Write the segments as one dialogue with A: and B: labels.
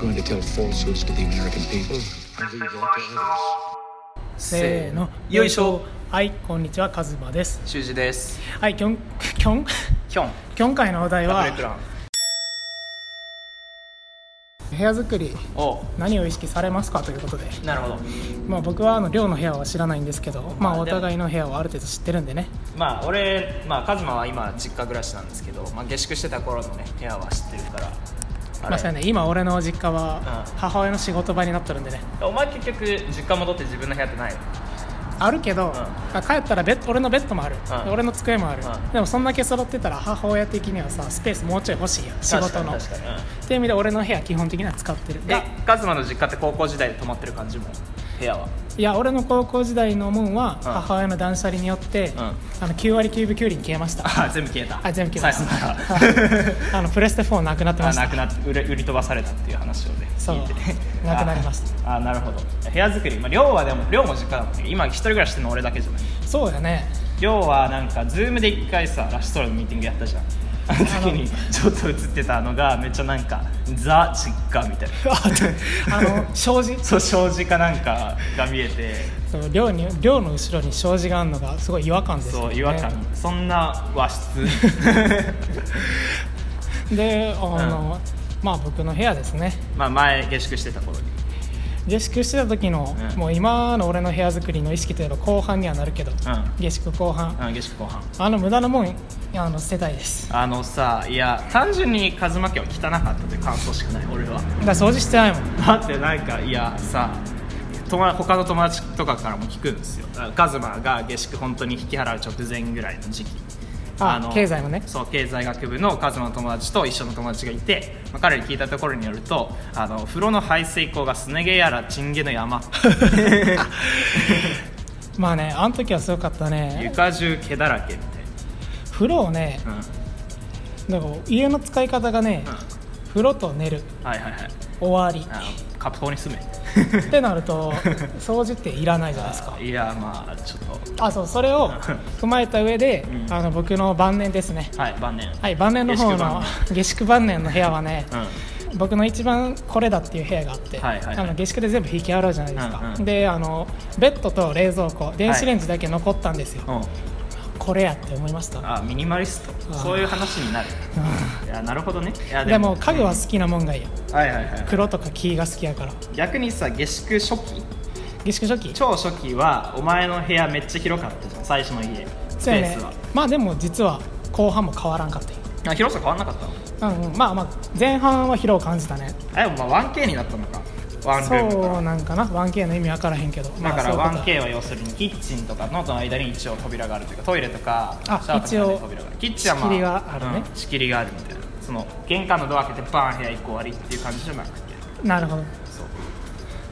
A: going to tell falsehoods to the American people and leave that to others.
B: せーの
C: よいしょ
B: はいこんにちはカズバです
C: 修二です
B: はいきょん きょん
C: キョン
B: 今回のお題
C: ダ
B: は
C: ブルクラウン
B: 部屋作り
C: おう
B: 何を意識されますかということで、
C: なるほど
B: まあ、僕はあの寮の部屋は知らないんですけど、
C: ま
B: まあ、
C: あ
B: お
C: でも
B: 互いの部屋はある程度知ってるんでね
C: まあ俺まあカズマは今実家暮らしなんですけど、まあ、下宿してた頃のね部屋は知ってるからあれ
B: まあそうやね今俺の実家は
C: うん
B: 母親の仕事場になってるんでね
C: お前結局実家戻って自分の部屋ってないの
B: あるけど、あ帰ったらベッド俺のベッドもある、
C: うん
B: で俺の机もある、
C: うん
B: でもそんだけ揃ってたら母親的にはさスペースもうちょい欲しいやん仕事
C: 確かに
B: のっ
C: 確かに、
B: ていう意味で俺の部屋基本的には使ってる
C: うん、
B: が
C: でカズマの実家って高校時代で泊まってる感じも部屋はい
B: や俺の高校時代の門は
C: うん
B: 母親の断捨離によって、
C: ん
B: あの9割9分9厘消えました
C: あ全部消えた
B: あ全部消えました
C: さよ
B: はいあのプレステ4なくなって
C: なら
B: ま
C: あ
B: し
C: な
B: た
C: くなって売れ売り飛ばされたっていう話をね
B: そう
C: 聞いてて
B: なくなりました
C: ああなるほど部屋作り、まあ、寮はでも寮も実家だもんね今一人暮らししてるの俺だけじゃない
B: そうだね
C: 要はなんか Zoom で1回さラストロのミーティングやったじゃんあの時にちょっと映ってたのがめっちゃなんかザ実家みたいな
B: あとあの障子
C: そう障子かなんかが見えて
B: その寮に寮の後ろに障子があるのがすごい違和感ですよ
C: そう
B: ね
C: 違和感、そんな和 室
B: であの、まあ僕の部屋ですね
C: まあ前下宿してた頃に
B: 下宿してた時の、
C: うん
B: もう今の俺の部屋作りの意識といえば後半にはなるけど、
C: ん
B: 下宿後半、
C: あの下宿後半
B: あの無駄なもんあの捨てたいです
C: あのさいや単純に風間家は汚かったって感想しかない俺は
B: だから掃除してないもん
C: だってなんかいやさ友達他の友達とかからも聞くんですよあカズマが下宿本当に引き払う直前ぐらいの時期
B: あ経済のね
C: そう経済学部のカズマの友達と一緒の友達がいて、まあ、彼に聞いたところによるとあの風呂の排水口がすね毛やらチン毛の 山
B: まあねあの時はすごかったね
C: 床中毛だらけみ
B: 風呂をね
C: たいな、
B: だから家の使い方がね、風呂と寝る
C: うん、はいはいはい
B: 終わ
C: あのカプトに住め
B: りってな ると掃除っていらないじゃないですか
C: いやまあちょっ
B: あそうそれを踏まえた上で、
C: うん
B: あの僕の晩年ですね
C: とはい晩年
B: はい晩年の方の
C: 下
B: 下宿晩年の部屋はね、
C: うん
B: 僕の一番これだっていう部屋があって、
C: はいはいはい
B: あの下宿で全部引き払うじゃないですか、
C: うんうん
B: であのベッドと冷蔵庫電子レンジだけ残ったんですよ、
C: うん
B: これやって思いました
C: あミニマリスト
B: あー
C: そういう話になるいやなるほどねいや
B: でも家具は好きなもんがいいよ
C: はいはいはい
B: 黒とか黄が好きやから
C: 逆にさ下宿初期
B: 下宿初期
C: 超初期はお前の部屋めっちゃ広かったじゃん最初の家ス
B: そう
C: ペ
B: や
C: ー
B: ね
C: スは、
B: まあでも実は後半も変わらんかったよ
C: あ広さ変わんなかったの
B: うんうんまあまあ前半は広を感じたね
C: あでもまあ 1K になったのかワンルームから
B: そうなんかな 1K の意味分からへんけど
C: だから
B: まあそういう
C: 1K は要するにキッチンとかの間に一応扉があるというかトイレとか
B: あ
C: シャワーとかに
B: 一応
C: 扉があるキッチンは、まあ、
B: 仕切りがあるね
C: うん仕切りがあるみたいなその玄関のドア開けてバーン部屋1個終わりっていう感じじゃなくて
B: ことなるほど
C: そう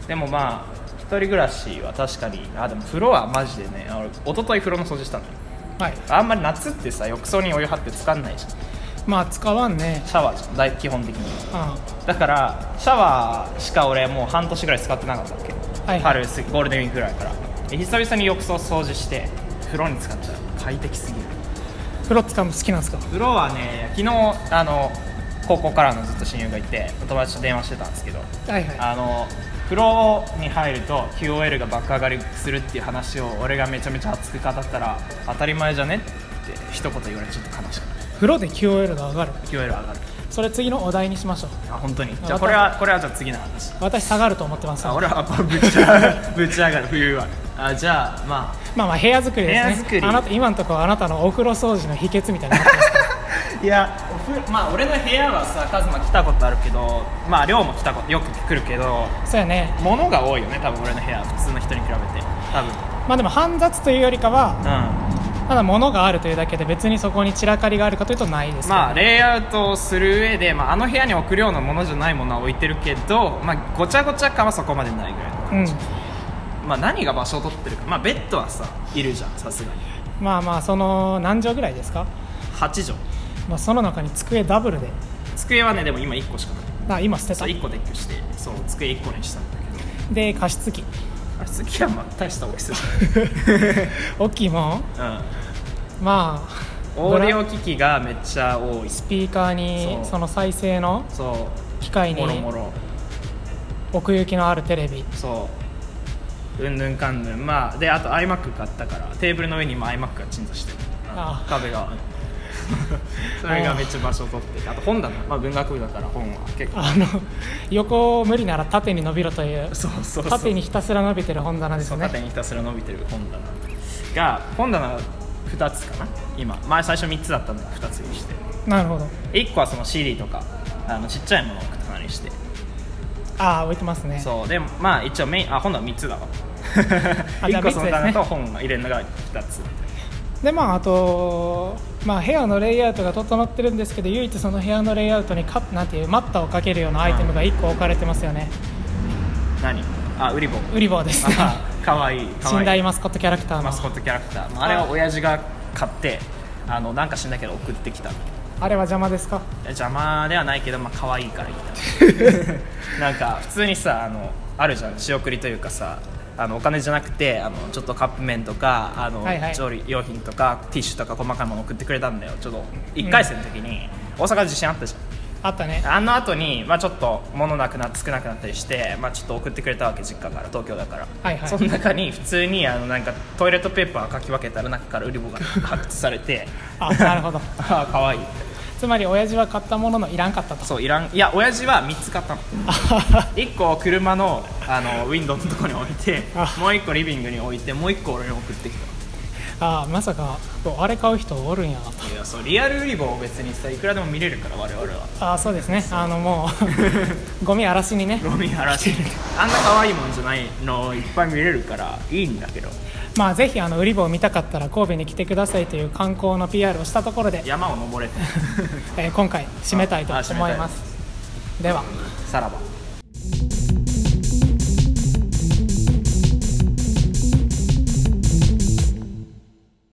C: でもまあ一人暮らしは確かにあでも風呂はマジでねあ俺一昨日風呂の掃除したのよ
B: はい
C: あんまり夏ってさ浴槽にお湯張ってつかんないじゃん
B: まあ使わんね
C: シャワーじゃん大基本的に
B: うんは
C: だからシャワーしか俺もう半年ぐらい使ってなかったわけ、
B: いはい
C: 春すゴールデンウィークぐらいからで久々に浴槽掃除して風呂に使ったら快適すぎる
B: 風呂使うの好きなんですか
C: 風呂はね昨日あの高校からのずっと親友がいて友達と電話してたんですけど
B: はいはい
C: あの風呂に入ると QOL が爆上がりするっていう話を俺がめちゃめちゃ熱く語ったら当たり前じゃねって一言言われてちょっと悲しかった
B: 風呂で QOL が上がる
C: QOL 上がる
B: それ次のお題にしましょう
C: あ本当にじゃ
B: また
C: あこれはこれはじゃあ次の話
B: 私下がると思ってます
C: あ俺はあぶち上 がるぶち上がる冬はあじゃあま
B: まあまあ部屋作りですね
C: 部屋作り
B: あなた今のところあなたのお風呂掃除の秘訣みたいになって ます
C: あいやまあ俺の部屋はさカズマ来たことあるけどまあ寮も来たことよく来るけど
B: そうやね
C: 物が多いよね多分俺の部屋普通の人に比べて多分
B: まあでも煩雑というよりかは
C: うん
B: ただ物があるというだけで別にそこに散らかりがあるかというとないですけど
C: まあレイアウトをする上で、まあ、あの部屋に置く量のものじゃないものは置いてるけど、まあ、ごちゃごちゃ感はそこまでないぐらいの、
B: うん
C: まあ、何が場所を取ってるか、まあ、ベッドはさいるじゃんさすがに
B: まあまあその何畳ぐらいですか、
C: 8畳
B: まあ、その中に机ダブルで
C: 机はねでも今1個しかない
B: あ今捨て
C: そ
B: た
C: う1個撤去してそう机1個にしたんだけど
B: で加湿器
C: あれ次はまあ大した大きさじ
B: 大きいもん
C: ゃない、
B: まあ
C: うん、オーディ
B: ブ
C: オ
B: ラ
C: 機器がめっちゃ多い
B: スピーカーに
C: そう
B: その再生の
C: そ
B: 機械
C: う
B: に
C: もろもろ
B: 奥行きのあるテレビ
C: そううんぬんかんぬんまあであと iMac 買ったからテーブルの上に今 iMac が鎮座してる
B: ああ
C: 壁が それがめっちゃ場所を取っててあと本棚、まあ、文学部だから本は結構
B: あの 横を無理なら縦に伸びろという
C: そうそうそう
B: 縦にひたすら伸びてる本棚です
C: そう
B: ね
C: 縦にひたすら伸びてる本棚が本棚2つかな今前最初3つだったんだ2つにして
B: なるほど
C: 1個はその CD とかあのちっちゃいものを棚にして
B: ああ置いてますね
C: そうでまあ一応メインあ本棚3つだわ
B: じゃあ
C: 1個その棚と
B: 三つですね
C: 本が入れるのが2つ
B: でまああと、まあ、部屋のレイアウトが整ってるんですけど唯一その部屋のレイアウトにカなんていうマットをかけるようなアイテムが1個置かれてますよね、
C: 何あウリボン
B: ウリボーですね
C: あかわいいかわ
B: 寝
C: い
B: 台
C: い
B: マスコットキャラクターの
C: マスコットキャラクター、まあ、あれは親父が買ってあのなんか知んだけど送ってきた
B: あれは邪魔ですか
C: 邪魔ではないけど、まあ可愛いからいい ななんか普通にさあのあるじゃん仕送りというかさあのお金じゃなくてあのちょっとカップ麺とかあの、
B: はいはい
C: 調理用品とかティッシュとか細かいもの送ってくれたんだよちょっと1回戦の時に、大阪地震あったじゃん
B: あった ね
C: あの後にまあちょっと物なくな少なくなったりしてまあちょっと送ってくれたわけ実家から東京だから、
B: はいはい
C: その中に普通にあのなんかトイレットペーパーかき分けたら中からウリボが発掘され て
B: あなるほど
C: ああかわいい
B: つまり親父は買ったもののいらんかったと
C: そういらんいや親父は3つ買ったの1個を車のあのウィンドウのとこに置いて
B: あ
C: もう1個リビングに置いてもう1個俺に送ってきた
B: あまさかあれ買う人おるんやなと
C: いやそうリアルウリボを別にさいくらでも見れるから我々は
B: あそうですねあのもう ゴミ荒らしにね
C: ゴミ晴らしあんな可愛いもんじゃないのをいっぱい見れるからいいんだけど
B: まあぜひあのウリボを見たかったら神戸に来てくださいという観光の PR をしたところで、
C: 山を登れて
B: えー今回締めたいと
C: あ
B: 思
C: あ締めたい
B: いますでは
C: さらば